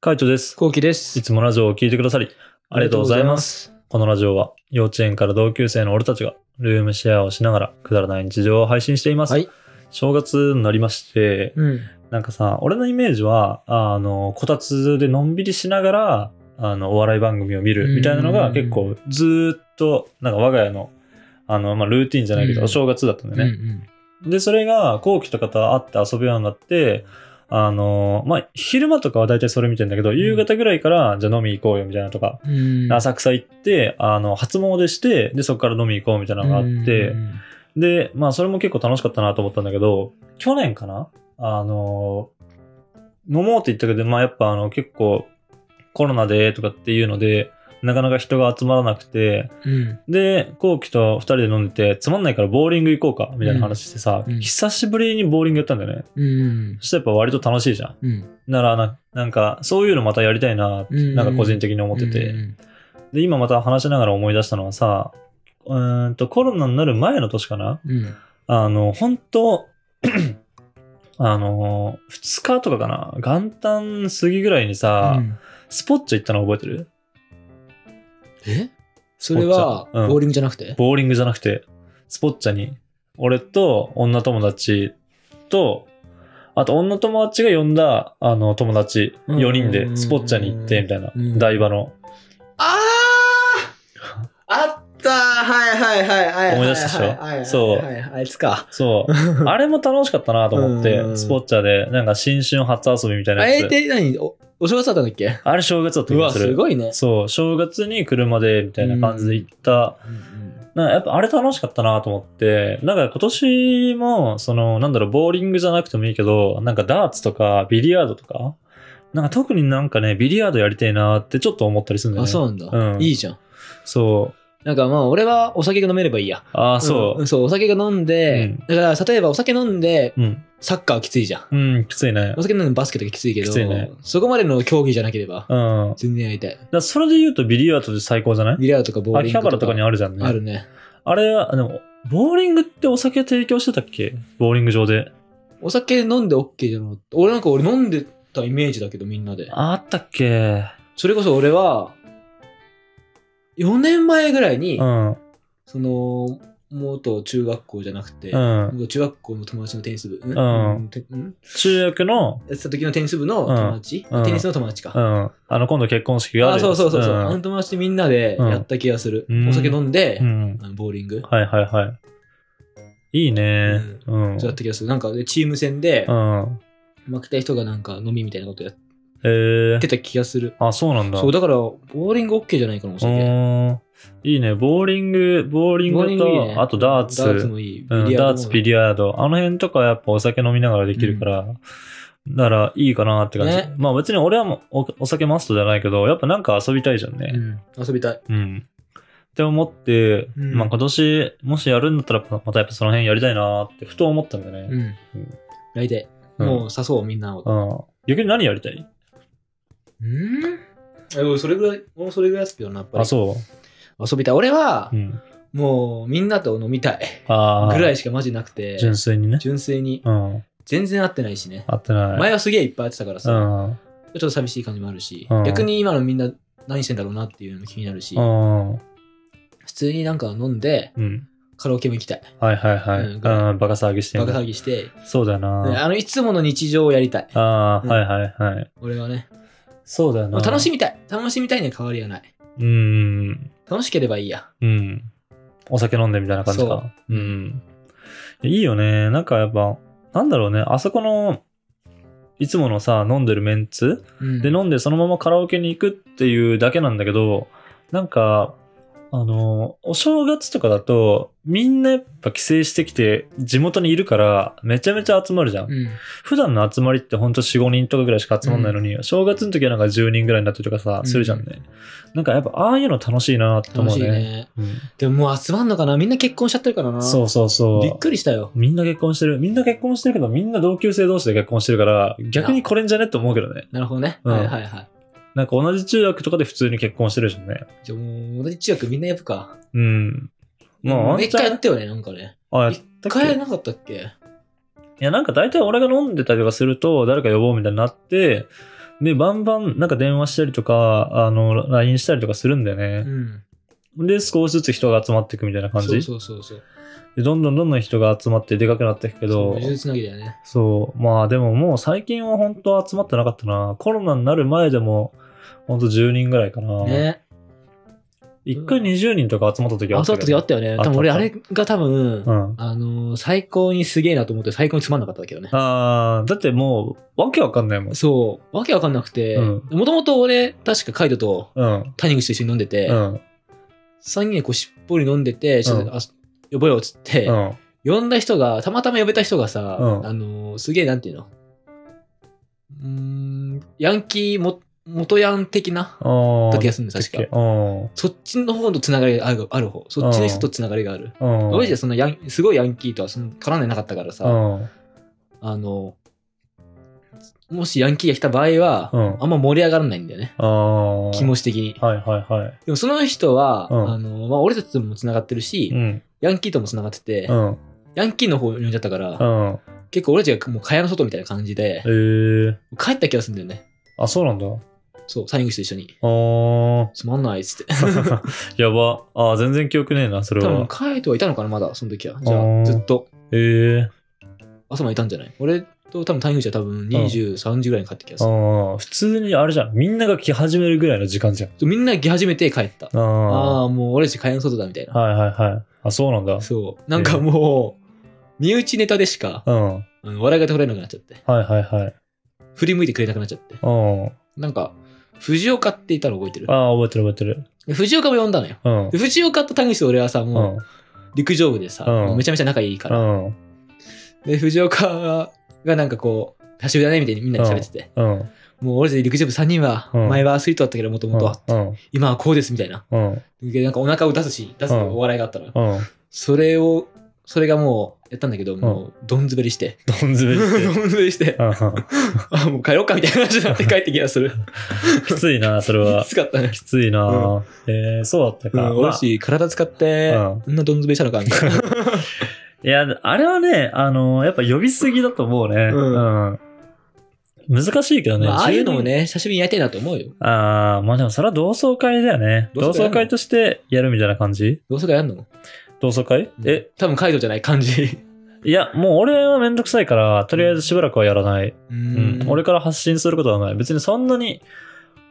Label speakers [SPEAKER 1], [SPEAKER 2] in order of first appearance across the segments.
[SPEAKER 1] 会長です。
[SPEAKER 2] こうきで
[SPEAKER 1] い
[SPEAKER 2] す。
[SPEAKER 1] つもラジオを聞いてくださり、ありがとうございます。このラジオは、幼稚園から同級生の俺たちが、ルームシェアをしながら、くだらない日常を配信しています。
[SPEAKER 2] はい。
[SPEAKER 1] 正月になりまして、
[SPEAKER 2] うん。
[SPEAKER 1] なんかさ、俺のイメージは、あの、こたつでのんびりしながら、あの、お笑い番組を見るみたいなの
[SPEAKER 2] う
[SPEAKER 1] が
[SPEAKER 2] ん
[SPEAKER 1] 結構ずーっと、なんか我が家の、あの、まあ、ルーティンじゃないけど、
[SPEAKER 2] うん
[SPEAKER 1] お正月だったんだよね。
[SPEAKER 2] うん
[SPEAKER 1] で、それが、後期とかと会って遊ぶようになって、あの、まあ、昼間とかは大体それ見てんだけど、夕方ぐらいから、じゃあ飲み行こうよみたいなとか、
[SPEAKER 2] うん。うん。
[SPEAKER 1] 浅草行って、あの、初詣して、で、そこから飲み行こうみたいなのがあって、
[SPEAKER 2] うん
[SPEAKER 1] で、まあ、それも結構楽しかったなと思ったんだけど、去年かなあの、飲もうって言ったけど、まあ、やっぱ、あの、結構、コロナでとかっていうので、なかなか人が集まらなくて、
[SPEAKER 2] うん。
[SPEAKER 1] で、後期と二人で飲んでて、つまんないからボーリング行こうか、みたいな話してさ、
[SPEAKER 2] うんうん
[SPEAKER 1] 久しぶりにボーリングやったんだよね。
[SPEAKER 2] うん。
[SPEAKER 1] そしたらやっぱ割と楽しいじゃん。
[SPEAKER 2] うん。
[SPEAKER 1] ならな、なんか、そういうのまたやりたいなって、
[SPEAKER 2] うん
[SPEAKER 1] なんか個人的に思ってて。
[SPEAKER 2] うん
[SPEAKER 1] で、今また話しながら思い出したのはさ、うーんと、コロナになる前の年かな
[SPEAKER 2] うん。
[SPEAKER 1] あの、本当 あの、2日とかかな元旦過ぎぐらいにさ、
[SPEAKER 2] うん
[SPEAKER 1] スポッチャ行ったの覚えてる
[SPEAKER 2] えそれは、
[SPEAKER 1] うん
[SPEAKER 2] ボーリングじゃなくて
[SPEAKER 1] ボーリングじゃなくて、スポッチャに、俺と女友達と、あと女友達が呼んだ、あの、友達4人でスポッチャに行って、みたいな
[SPEAKER 2] う、ん
[SPEAKER 1] 台場の。
[SPEAKER 2] あーあったーはいはいはいはい。
[SPEAKER 1] 思い出したでしょ
[SPEAKER 2] はいはいはい
[SPEAKER 1] そう
[SPEAKER 2] はいはいあいつか。
[SPEAKER 1] そう。あれも楽しかったなと思っ
[SPEAKER 2] う
[SPEAKER 1] て、
[SPEAKER 2] ん
[SPEAKER 1] スポッチャで、なんか新春初遊びみたい
[SPEAKER 2] あ
[SPEAKER 1] な
[SPEAKER 2] れ
[SPEAKER 1] や
[SPEAKER 2] っ
[SPEAKER 1] つ。
[SPEAKER 2] て何おお正月だったんだっけ
[SPEAKER 1] あれ正月だった気
[SPEAKER 2] う
[SPEAKER 1] が
[SPEAKER 2] わ、
[SPEAKER 1] す
[SPEAKER 2] す
[SPEAKER 1] る。
[SPEAKER 2] ごいね。
[SPEAKER 1] そう、正月に車で、みたいな感じで行った。
[SPEAKER 2] うん
[SPEAKER 1] なんかやっぱあれ楽しかったなと思って、なんか今年も、その、なんだろう、ボーリングじゃなくてもいいけど、なんかダーツとかビリヤードとか、なんか特になんかね、ビリヤードやりたいなってちょっと思ったりするん
[SPEAKER 2] う
[SPEAKER 1] だ
[SPEAKER 2] ん
[SPEAKER 1] よ
[SPEAKER 2] あ、
[SPEAKER 1] ね。。
[SPEAKER 2] そううな
[SPEAKER 1] う
[SPEAKER 2] んだ。
[SPEAKER 1] ん
[SPEAKER 2] いいじゃん。
[SPEAKER 1] そう。
[SPEAKER 2] なんかまあ、俺はお酒が飲めればいいや。
[SPEAKER 1] ああ、そ
[SPEAKER 2] んそう、お酒が飲んで、
[SPEAKER 1] うん
[SPEAKER 2] だから、例えばお酒飲んで、
[SPEAKER 1] う。うん。
[SPEAKER 2] サッカーはきついじゃん。
[SPEAKER 1] うん、きついね
[SPEAKER 2] お。酒飲んでバスケとかきついけど、
[SPEAKER 1] きついね
[SPEAKER 2] そこまでの競技じゃなければ、
[SPEAKER 1] うん。だか
[SPEAKER 2] 全然やりたい。
[SPEAKER 1] らそれで言うとビリヤードで最高じゃない
[SPEAKER 2] ビリヤードとかボーリン
[SPEAKER 1] 秋
[SPEAKER 2] グ
[SPEAKER 1] 葉原
[SPEAKER 2] とか
[SPEAKER 1] とかにあるじゃんね。
[SPEAKER 2] あるね。
[SPEAKER 1] あれは、でも、ボーリングってお酒提供してたっけボーリング場で。
[SPEAKER 2] お酒飲んで OK じゃな俺なんか俺飲んでたイメージだけどみんなで。
[SPEAKER 1] あったっけ
[SPEAKER 2] それこそ俺は、4年前ぐらいに、
[SPEAKER 1] うん。うん。
[SPEAKER 2] その、元中学校じゃなくて、元中学校の友達のテニス部、うんんてうん
[SPEAKER 1] 中学の、
[SPEAKER 2] やってた時のテニス部の友達、
[SPEAKER 1] うん
[SPEAKER 2] テニスの友達か。
[SPEAKER 1] うん。あの、今度結婚式がある
[SPEAKER 2] あ、そうそうそうそう。あの
[SPEAKER 1] ん
[SPEAKER 2] 友達みんなでやった気がする。
[SPEAKER 1] うん
[SPEAKER 2] お酒飲んで、
[SPEAKER 1] うん。
[SPEAKER 2] あのボーリング、
[SPEAKER 1] はいはいはい。いいね。うん。
[SPEAKER 2] そうやった気がする。なんかでチーム戦で
[SPEAKER 1] う、ん。
[SPEAKER 2] 負けた人がなんか飲みみたいなことやっ
[SPEAKER 1] えー
[SPEAKER 2] て。た気がする。
[SPEAKER 1] あ、そうなんだ。
[SPEAKER 2] そう、だから、ボーリング OK じゃないかな、お
[SPEAKER 1] う
[SPEAKER 2] 酒。
[SPEAKER 1] ーんいいね。ボーリング、ボーリン
[SPEAKER 2] ボーリ
[SPEAKER 1] グ
[SPEAKER 2] ング
[SPEAKER 1] と、
[SPEAKER 2] いいね
[SPEAKER 1] あとダーツ。
[SPEAKER 2] ダーツもいい。
[SPEAKER 1] うん、ダーツ、ビ
[SPEAKER 2] リ
[SPEAKER 1] リヤード。あの辺とかやっぱお酒飲みながらできるから、ならいいかなって感じ。
[SPEAKER 2] ね
[SPEAKER 1] まあ別に俺はもうおお酒マストじゃないけど、やっぱなんか遊びたいじゃん
[SPEAKER 2] ヤー
[SPEAKER 1] ね。
[SPEAKER 2] ドもうん、遊びたい。
[SPEAKER 1] うん。って思って、
[SPEAKER 2] うん
[SPEAKER 1] まあ今年もしやるんだったらまたやっぱその辺やりたいなってふと思ったんだよ
[SPEAKER 2] う
[SPEAKER 1] ね。
[SPEAKER 2] ん。やりたい。
[SPEAKER 1] うん
[SPEAKER 2] もう誘おう、みんなを。
[SPEAKER 1] うん。逆に何やりたい
[SPEAKER 2] うんえ俺それぐらい、もうそれぐらいですけどな、やっぱり。
[SPEAKER 1] あ、そ
[SPEAKER 2] 遊びたい。俺は
[SPEAKER 1] う。う、ん。
[SPEAKER 2] もうみんなと飲みたい。
[SPEAKER 1] ああ。
[SPEAKER 2] ぐら
[SPEAKER 1] い。
[SPEAKER 2] いしかマジなくて、
[SPEAKER 1] 純粋にね。
[SPEAKER 2] 純粋に。
[SPEAKER 1] うん。
[SPEAKER 2] 全然会ってないしね。
[SPEAKER 1] 合ってない。
[SPEAKER 2] 前はすげえいっぱい会ってたから
[SPEAKER 1] う
[SPEAKER 2] さ、
[SPEAKER 1] ん。
[SPEAKER 2] ちょっと寂しい感じもあるし、
[SPEAKER 1] うん
[SPEAKER 2] 逆に今のみんな何してんだろうなっていうのも気になるし、
[SPEAKER 1] うん。
[SPEAKER 2] 普通になんか飲んで
[SPEAKER 1] うん。
[SPEAKER 2] カラオケも行きたい。
[SPEAKER 1] はいはいはい。
[SPEAKER 2] うん
[SPEAKER 1] うん。バカ騒ぎしてん
[SPEAKER 2] バ
[SPEAKER 1] だ
[SPEAKER 2] カ騒ぎして、
[SPEAKER 1] そうだよな。
[SPEAKER 2] あのいつもの日常をやりたい。
[SPEAKER 1] ああ、
[SPEAKER 2] うん
[SPEAKER 1] はいはいはい。
[SPEAKER 2] 俺はね。
[SPEAKER 1] そうだよな。
[SPEAKER 2] 楽しみたい。楽しみたいには変わりはない。
[SPEAKER 1] うん。
[SPEAKER 2] 楽しければいいや。
[SPEAKER 1] うん。お酒飲んでみたいな感じ
[SPEAKER 2] そ
[SPEAKER 1] か。うん。いいよね。なんかやっぱ、なんだろうね。あそこの、いつものさ、飲んでるメンツ
[SPEAKER 2] うん
[SPEAKER 1] で飲んでそのままカラオケに行くっていうだけなんだけど、なんか、あの、お正月とかだと、みんなやっぱ帰省してきて、地元にいるから、めちゃめちゃ集まるじゃん。
[SPEAKER 2] うん
[SPEAKER 1] 普段の集まりってほんと4、5人とかぐらいしか集まんないのに、正月の時はなんか10人ぐらいになったりとかさ、
[SPEAKER 2] うん
[SPEAKER 1] するじゃんね。なんかやっぱああいうの楽しいなって
[SPEAKER 2] 楽
[SPEAKER 1] 思う
[SPEAKER 2] しい
[SPEAKER 1] ね。
[SPEAKER 2] ね。
[SPEAKER 1] うん
[SPEAKER 2] でももう集まんのかなみんな結婚しちゃってるからな。
[SPEAKER 1] そうそうそ
[SPEAKER 2] びっ
[SPEAKER 1] う。
[SPEAKER 2] くりしたよ。
[SPEAKER 1] みんな結婚してる。みんな結婚してるけど、みんな同級生同士で結婚してるから、逆にこれんじゃねって思うけどね。
[SPEAKER 2] なるほどね。
[SPEAKER 1] うん
[SPEAKER 2] はいはいはい。
[SPEAKER 1] なんか同じ中学とかで普通に結婚してるじゃんね。
[SPEAKER 2] じゃあもう、同じ中学みんなやるか。
[SPEAKER 1] うん。まあ、あん
[SPEAKER 2] 一
[SPEAKER 1] ちゃ
[SPEAKER 2] 回や
[SPEAKER 1] ん、
[SPEAKER 2] ったよね、なんかね。
[SPEAKER 1] あ、やった
[SPEAKER 2] 一
[SPEAKER 1] っ
[SPEAKER 2] 回
[SPEAKER 1] け
[SPEAKER 2] やなかったっけ
[SPEAKER 1] いや、なんか大体俺が飲んでたりとかすると、誰か呼ぼうみたいになって、で、バンバンなんか電話したりとか、あの、LINE したりとかするんだよ
[SPEAKER 2] う
[SPEAKER 1] ね。
[SPEAKER 2] ん。
[SPEAKER 1] で、少しずつ人が集まっていくみたいな感じ。
[SPEAKER 2] そうそうそうそう。
[SPEAKER 1] でどんどんどんどん人が集まってでかくなっていくけ
[SPEAKER 2] そう
[SPEAKER 1] ど
[SPEAKER 2] 呪、術つなぎだよね。
[SPEAKER 1] そう、まあでももう最近は本当集まってなかったな。コロナになる前でも、本当10人ぐらいかな。
[SPEAKER 2] ね。
[SPEAKER 1] 一回20人とか集まった時は
[SPEAKER 2] あ、そうだった時あったよね。多分俺、
[SPEAKER 1] あっ
[SPEAKER 2] あ
[SPEAKER 1] たあ
[SPEAKER 2] れ
[SPEAKER 1] っ
[SPEAKER 2] が多分、
[SPEAKER 1] うん。
[SPEAKER 2] あのー最高にすげえなと思って最高につまんなかったけどね。
[SPEAKER 1] あーだってもう、わけわかんないもん。
[SPEAKER 2] そう、わけわかんなくて、
[SPEAKER 1] うん
[SPEAKER 2] もともと俺、確かカイトと
[SPEAKER 1] うん。
[SPEAKER 2] 谷口と一緒に飲んでて、
[SPEAKER 1] うん。
[SPEAKER 2] 3人でこうしっぽり飲んでて、ちょっと、あ呼ぼようっつって、
[SPEAKER 1] うん。
[SPEAKER 2] 呼んだ人が、たまたま呼べた人がさ、
[SPEAKER 1] うん
[SPEAKER 2] あのーすげえなんていうのうーん、ヤンキーも、元ヤン的な
[SPEAKER 1] あー
[SPEAKER 2] だった気がするんだよ確か。
[SPEAKER 1] うん。うん。
[SPEAKER 2] そっちの方とつながりがあるある方、そっちの人とつながりがある。当時はそんなヤンすごいヤンキーとはその絡んでなかったからさ、
[SPEAKER 1] うん。
[SPEAKER 2] あの、もしヤンキーが来た場合は、
[SPEAKER 1] うん
[SPEAKER 2] あんま盛り上がらないんだよね。
[SPEAKER 1] ああ。
[SPEAKER 2] 気持ち的に。
[SPEAKER 1] はいはいはい。
[SPEAKER 2] でもその人は、
[SPEAKER 1] うん
[SPEAKER 2] あの、まあ、俺たちとも繋がってるし、
[SPEAKER 1] うん。
[SPEAKER 2] ヤンキーとも繋がってて、
[SPEAKER 1] うん。
[SPEAKER 2] ヤンキーの方に呼んじゃったから、
[SPEAKER 1] うん。
[SPEAKER 2] 結構俺たちがもう蚊帳の外みたいな感じで
[SPEAKER 1] ええ、ー。
[SPEAKER 2] 帰った気がするんだよね。
[SPEAKER 1] あ、そうなんだ。
[SPEAKER 2] そう、サイングと一緒に。
[SPEAKER 1] あー
[SPEAKER 2] つまんないっつって。
[SPEAKER 1] やば。あー全然記憶ねえな、それ
[SPEAKER 2] 多分、
[SPEAKER 1] は。
[SPEAKER 2] カイトはいたのかな、まだ、その時は。じ
[SPEAKER 1] あ
[SPEAKER 2] ゃ
[SPEAKER 1] ー
[SPEAKER 2] あ、ずっと。
[SPEAKER 1] ええ
[SPEAKER 2] 朝までいたんじゃない俺と多分、谷口は多分20、3時ぐらいに帰った気がする。
[SPEAKER 1] ー。ああ、普通にあれじゃん。みんなが来始めるぐらいの時間じゃん。
[SPEAKER 2] みんな来始めて帰った。
[SPEAKER 1] あ
[SPEAKER 2] ああー、もう俺たち蚊帳の外だみたいな
[SPEAKER 1] あ。。はいはいはい。あ、そうなんだ。
[SPEAKER 2] そう。なんかもう、身内ネタでしか、
[SPEAKER 1] うん。はい
[SPEAKER 2] うん笑いが取れなくなっちゃって、
[SPEAKER 1] はいはい。
[SPEAKER 2] 振り向いてくれなくなっちゃって。
[SPEAKER 1] うん。
[SPEAKER 2] なんか、藤岡っていたの覚えてる
[SPEAKER 1] ああ、覚えてる覚えてる。
[SPEAKER 2] で藤岡も呼んだのよ。
[SPEAKER 1] うん
[SPEAKER 2] で。藤岡と田口と俺はさ、
[SPEAKER 1] う
[SPEAKER 2] も
[SPEAKER 1] ん
[SPEAKER 2] う。陸上部でさ、
[SPEAKER 1] うん
[SPEAKER 2] もうめちゃめちゃ仲いいか
[SPEAKER 1] う
[SPEAKER 2] ら。
[SPEAKER 1] ん。
[SPEAKER 2] で、藤岡がなんかこう、久しぶりだねみたいにみんなで喋ってて、
[SPEAKER 1] うん。
[SPEAKER 2] もう俺たち陸上部3人は、
[SPEAKER 1] うん
[SPEAKER 2] 前はアスリートだったけど、もともとは、
[SPEAKER 1] うん。
[SPEAKER 2] 今はこうですみたいな。
[SPEAKER 1] うん。
[SPEAKER 2] でなんかお腹を出すし、出す
[SPEAKER 1] うん
[SPEAKER 2] お笑いがあったら、
[SPEAKER 1] うん。
[SPEAKER 2] それを、それがもうやったんだけど、もうどん詰めりして、
[SPEAKER 1] どんずべ
[SPEAKER 2] どん
[SPEAKER 1] して。
[SPEAKER 2] 詰めり して、
[SPEAKER 1] うん
[SPEAKER 2] あ、もう帰ろうかみたいな話になって帰ってきが する。
[SPEAKER 1] きついな、それは
[SPEAKER 2] き。つかったね。
[SPEAKER 1] きついな。
[SPEAKER 2] う
[SPEAKER 1] えー、そうだった
[SPEAKER 2] う
[SPEAKER 1] か。
[SPEAKER 2] ん、俺し、体使って、
[SPEAKER 1] うん
[SPEAKER 2] こんなどん詰めしたのかみたいな。
[SPEAKER 1] いや、あれはね、あのやっぱ呼びすぎだと思うね。
[SPEAKER 2] うん
[SPEAKER 1] うん難しいけどね。
[SPEAKER 2] まあ、ああいうのも
[SPEAKER 1] 10
[SPEAKER 2] ね、久しぶりにやりたいなと思うよ。
[SPEAKER 1] 人。ああ、まあでもそれは同窓会だよね。
[SPEAKER 2] 同
[SPEAKER 1] 同
[SPEAKER 2] 窓会やんの
[SPEAKER 1] 窓会としてやるみたいな感じ
[SPEAKER 2] どうせかやんの
[SPEAKER 1] 同窓会、え、、
[SPEAKER 2] 多分カイトじゃない感じ。
[SPEAKER 1] いや、もう俺はめんどくさいから、とりあえずしばらくはやらない。
[SPEAKER 2] う
[SPEAKER 1] うん。俺から発信することはない。別にそんなに、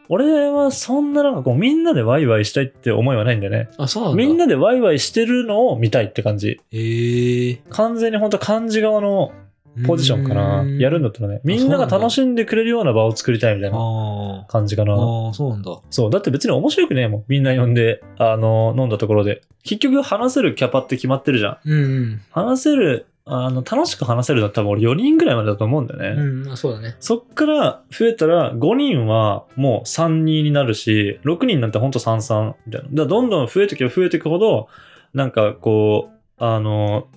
[SPEAKER 1] 俺はそんななんかこうみんなでワイワイしたいって思いはないんだよね。
[SPEAKER 2] あ、そうなんだ。
[SPEAKER 1] みん、なでワイワイしてるのを見たいって感じ。
[SPEAKER 2] えー、
[SPEAKER 1] 完全に本当漢字側のポジションかな。やるんだ
[SPEAKER 2] っ
[SPEAKER 1] ったらね。みんなが楽しんでくれるような場を作りたいみたい
[SPEAKER 2] たら。
[SPEAKER 1] な
[SPEAKER 2] あ
[SPEAKER 1] 感じか
[SPEAKER 2] あ。
[SPEAKER 1] な。
[SPEAKER 2] ああ、そうなんだ。
[SPEAKER 1] そう。だって別に面白くねえもん。みんな呼んで、あの、飲んだところで。結局話せるキャパって決まってるじゃん。
[SPEAKER 2] うん
[SPEAKER 1] 話せる、あの、楽しく話せるのは多分俺4人ぐらいまでだと思うんだよね。
[SPEAKER 2] うん。うん、あそうだね。
[SPEAKER 1] そっから増えたら5人はもう3人になるし、6人なんてほんと33みたいな。だからどんどん増えてけば増えていくほど、なんかこう、あの、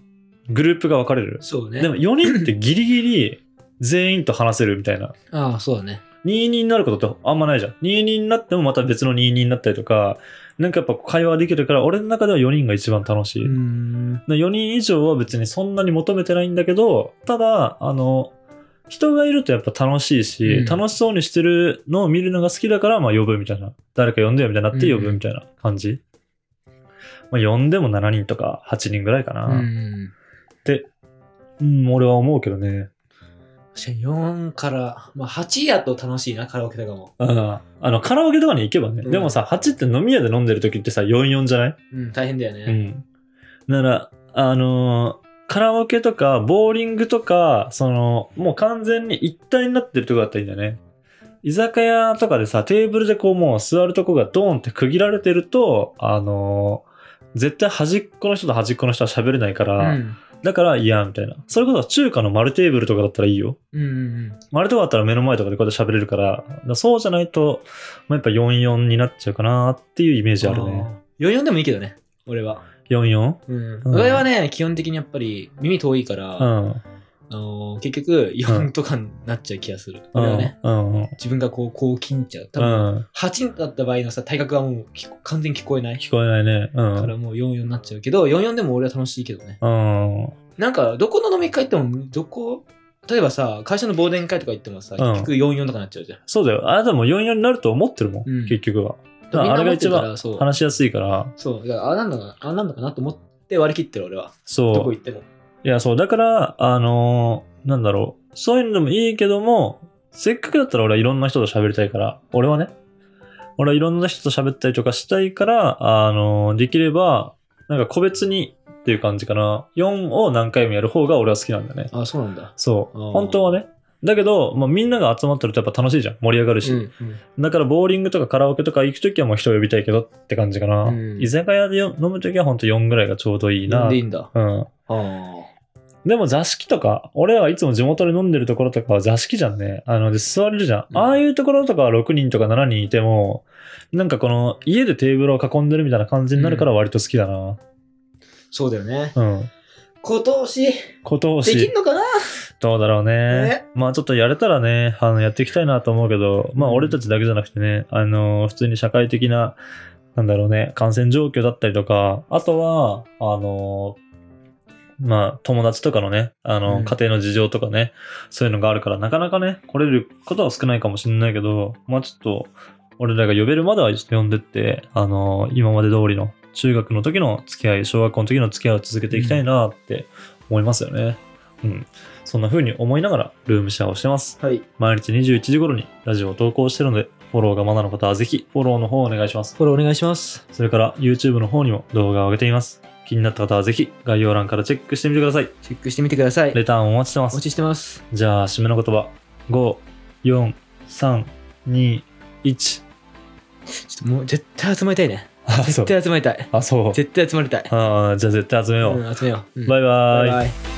[SPEAKER 1] グループが分かれる。
[SPEAKER 2] そうね。
[SPEAKER 1] でも4人ってギリギリ全員と話せるみたいな。
[SPEAKER 2] ああ、そうだね。
[SPEAKER 1] 22になることってあんまないじゃん。22になってもまた別の22になったりとか、なんかやっぱ会話できるから、俺の中では4人が一番楽しい。
[SPEAKER 2] うん。
[SPEAKER 1] で4人以上は別にそんなに求めてないんだけど、ただ、あの、人がいるとやっぱ楽しいし、
[SPEAKER 2] うん
[SPEAKER 1] 楽しそうにしてるのを見るのが好きだから、まあ呼ぶみたいな。誰か呼んでよみたいになって
[SPEAKER 2] うん
[SPEAKER 1] 呼ぶみたいな感じ。まあ呼んでも7人とか8人ぐらいかな。
[SPEAKER 2] う
[SPEAKER 1] うん、
[SPEAKER 2] ん。
[SPEAKER 1] 俺は思うけどね。
[SPEAKER 2] 確かに4から、まあ8やと楽しいな、カラオケとかも。
[SPEAKER 1] ああの、カラオケとかに行けばね。
[SPEAKER 2] うん
[SPEAKER 1] でもさ、8って飲み屋で飲んでる時ってさ、44じゃない
[SPEAKER 2] うん、大変だよね。
[SPEAKER 1] うん。なら、あのーカラオケとか、ボーリングとか、その、もう完全に一体になってるとこだったらいいんだよね。居酒屋とかでさ、テーブルでこうもう座るとこがドーンって区切られてると、あのー絶対端っこの人と端っこの人は喋れないから、
[SPEAKER 2] うん
[SPEAKER 1] だから嫌みたいな。それこそ中華の丸テーブルとかだったらいいよ。
[SPEAKER 2] うんうん
[SPEAKER 1] 丸とかだったら目の前とかでこうやって喋れるから、だからそうじゃないと、まあ、やっぱ44になっちゃうかなっていうイメージあるね。
[SPEAKER 2] あー44でもいいけどね、俺は。
[SPEAKER 1] 44?
[SPEAKER 2] うん。
[SPEAKER 1] うん
[SPEAKER 2] 俺はね、基本的にやっぱり耳遠いから、
[SPEAKER 1] う
[SPEAKER 2] あ
[SPEAKER 1] ん。
[SPEAKER 2] のー結局4とかになっちゃう気がする。俺はね、
[SPEAKER 1] うん。うん。
[SPEAKER 2] 自分がこう、こう切んちゃう。多
[SPEAKER 1] う
[SPEAKER 2] 分、
[SPEAKER 1] ん。
[SPEAKER 2] 8だった場合のさ、体格はもう聞こ完全に聞こえない。
[SPEAKER 1] 聞こえないね。う
[SPEAKER 2] だか
[SPEAKER 1] ん。
[SPEAKER 2] らもう44になっちゃうけど、44でも俺は楽しいけどね。
[SPEAKER 1] うん。
[SPEAKER 2] なんか、どこの飲み会行っても、どこ、例えばさ、会社の忘年会とか行ってもさ、
[SPEAKER 1] うん
[SPEAKER 2] 結局44とかなっちゃうじゃん。
[SPEAKER 1] そうだよ。あなたも44になると思ってるもん、
[SPEAKER 2] うん
[SPEAKER 1] 結局は。だから
[SPEAKER 2] みんな
[SPEAKER 1] あれが
[SPEAKER 2] 持って
[SPEAKER 1] 一
[SPEAKER 2] るから
[SPEAKER 1] 番
[SPEAKER 2] そう
[SPEAKER 1] 話しやすいから、
[SPEAKER 2] そう、だからああなんのかな、ああなんのかなと思って割り切ってる俺は。ど
[SPEAKER 1] そ
[SPEAKER 2] こ
[SPEAKER 1] う。
[SPEAKER 2] 行っても。
[SPEAKER 1] いや、そう。だから、あのーなんだろう。そういうのもいいけども、せっかくだったら俺はいろんな人と喋りたいから、俺はね。俺はいろんな人と喋ったりとかしたいから、あのーできれば、なんか個別にっていう感じかな。4を何回もやる方が俺は好きなんだよね。
[SPEAKER 2] あ、そうなんだ。
[SPEAKER 1] そう
[SPEAKER 2] あー。
[SPEAKER 1] 本当はね。だけど、まあ、みんなが集まってるとやっぱ楽しいじゃん。盛り上がるし。
[SPEAKER 2] うんうん
[SPEAKER 1] だから、ボーリングとかカラオケとか行くときはもう人呼びたいけどって感じかな。
[SPEAKER 2] うん
[SPEAKER 1] 居酒屋でよ飲むときはほんと4ぐらいがちょうどいい
[SPEAKER 2] 飲ん
[SPEAKER 1] な。
[SPEAKER 2] でいいんだ。
[SPEAKER 1] うん。
[SPEAKER 2] ああ。
[SPEAKER 1] でも座敷とか、俺らはいつも地元で飲んでるところとかは座敷じゃんね。あの、で座れるじゃん。
[SPEAKER 2] うん
[SPEAKER 1] ああいうところとかは6人とか7人いても、なんかこの家でテーブルを囲んでるみたいな感じになるから割と好きだな。
[SPEAKER 2] そうだよね。
[SPEAKER 1] うん。
[SPEAKER 2] 今年、で
[SPEAKER 1] 今
[SPEAKER 2] き
[SPEAKER 1] 年
[SPEAKER 2] ん、のかな
[SPEAKER 1] どうだろうね。まあちょっとやれたらね、あの、やっていきたいなと思うけど、まあ
[SPEAKER 2] うん
[SPEAKER 1] 俺たちだけじゃなくてね、あの、普通に社会的な、なんだろうね、感染状況だったりとか、あとは、あの、まあ、友達とかのね、あの、
[SPEAKER 2] うん
[SPEAKER 1] 家庭の事情とかね、そういうのがあるから、なかなかね、来れることは少ないかもしれないけど、まあちょっと、俺らが呼べるまではちょっと呼んでって、あの、今まで通りの、中学の時の付き合い、小学校の時の付き合いを続けていきたいなって思いますよね。うん。そんな風に思いながら、ルームシェアをしてます。
[SPEAKER 2] はい。
[SPEAKER 1] 毎日21時頃にラジオを投稿してるので、フォローがまだの方はぜひフォローの方をお願いします。
[SPEAKER 2] フォローお願いします。
[SPEAKER 1] それから YouTube の方にも動画を上げています。気になった方はぜひ概要欄からチェックしてみてください。
[SPEAKER 2] チェックしてみてください。
[SPEAKER 1] レターンお待ちしてま
[SPEAKER 2] お待
[SPEAKER 1] す。
[SPEAKER 2] ちしてます。
[SPEAKER 1] じゃあ、締めの言葉。5、4、3、2、1。
[SPEAKER 2] ちょっともう絶対集まりたいね。
[SPEAKER 1] あ、そう
[SPEAKER 2] 絶。対集まりたい。
[SPEAKER 1] あ、そう。
[SPEAKER 2] 絶対集まりたい。
[SPEAKER 1] あーじゃあ絶対集めよう。
[SPEAKER 2] うん、集めよう。うん
[SPEAKER 1] バイバイ。
[SPEAKER 2] バイ。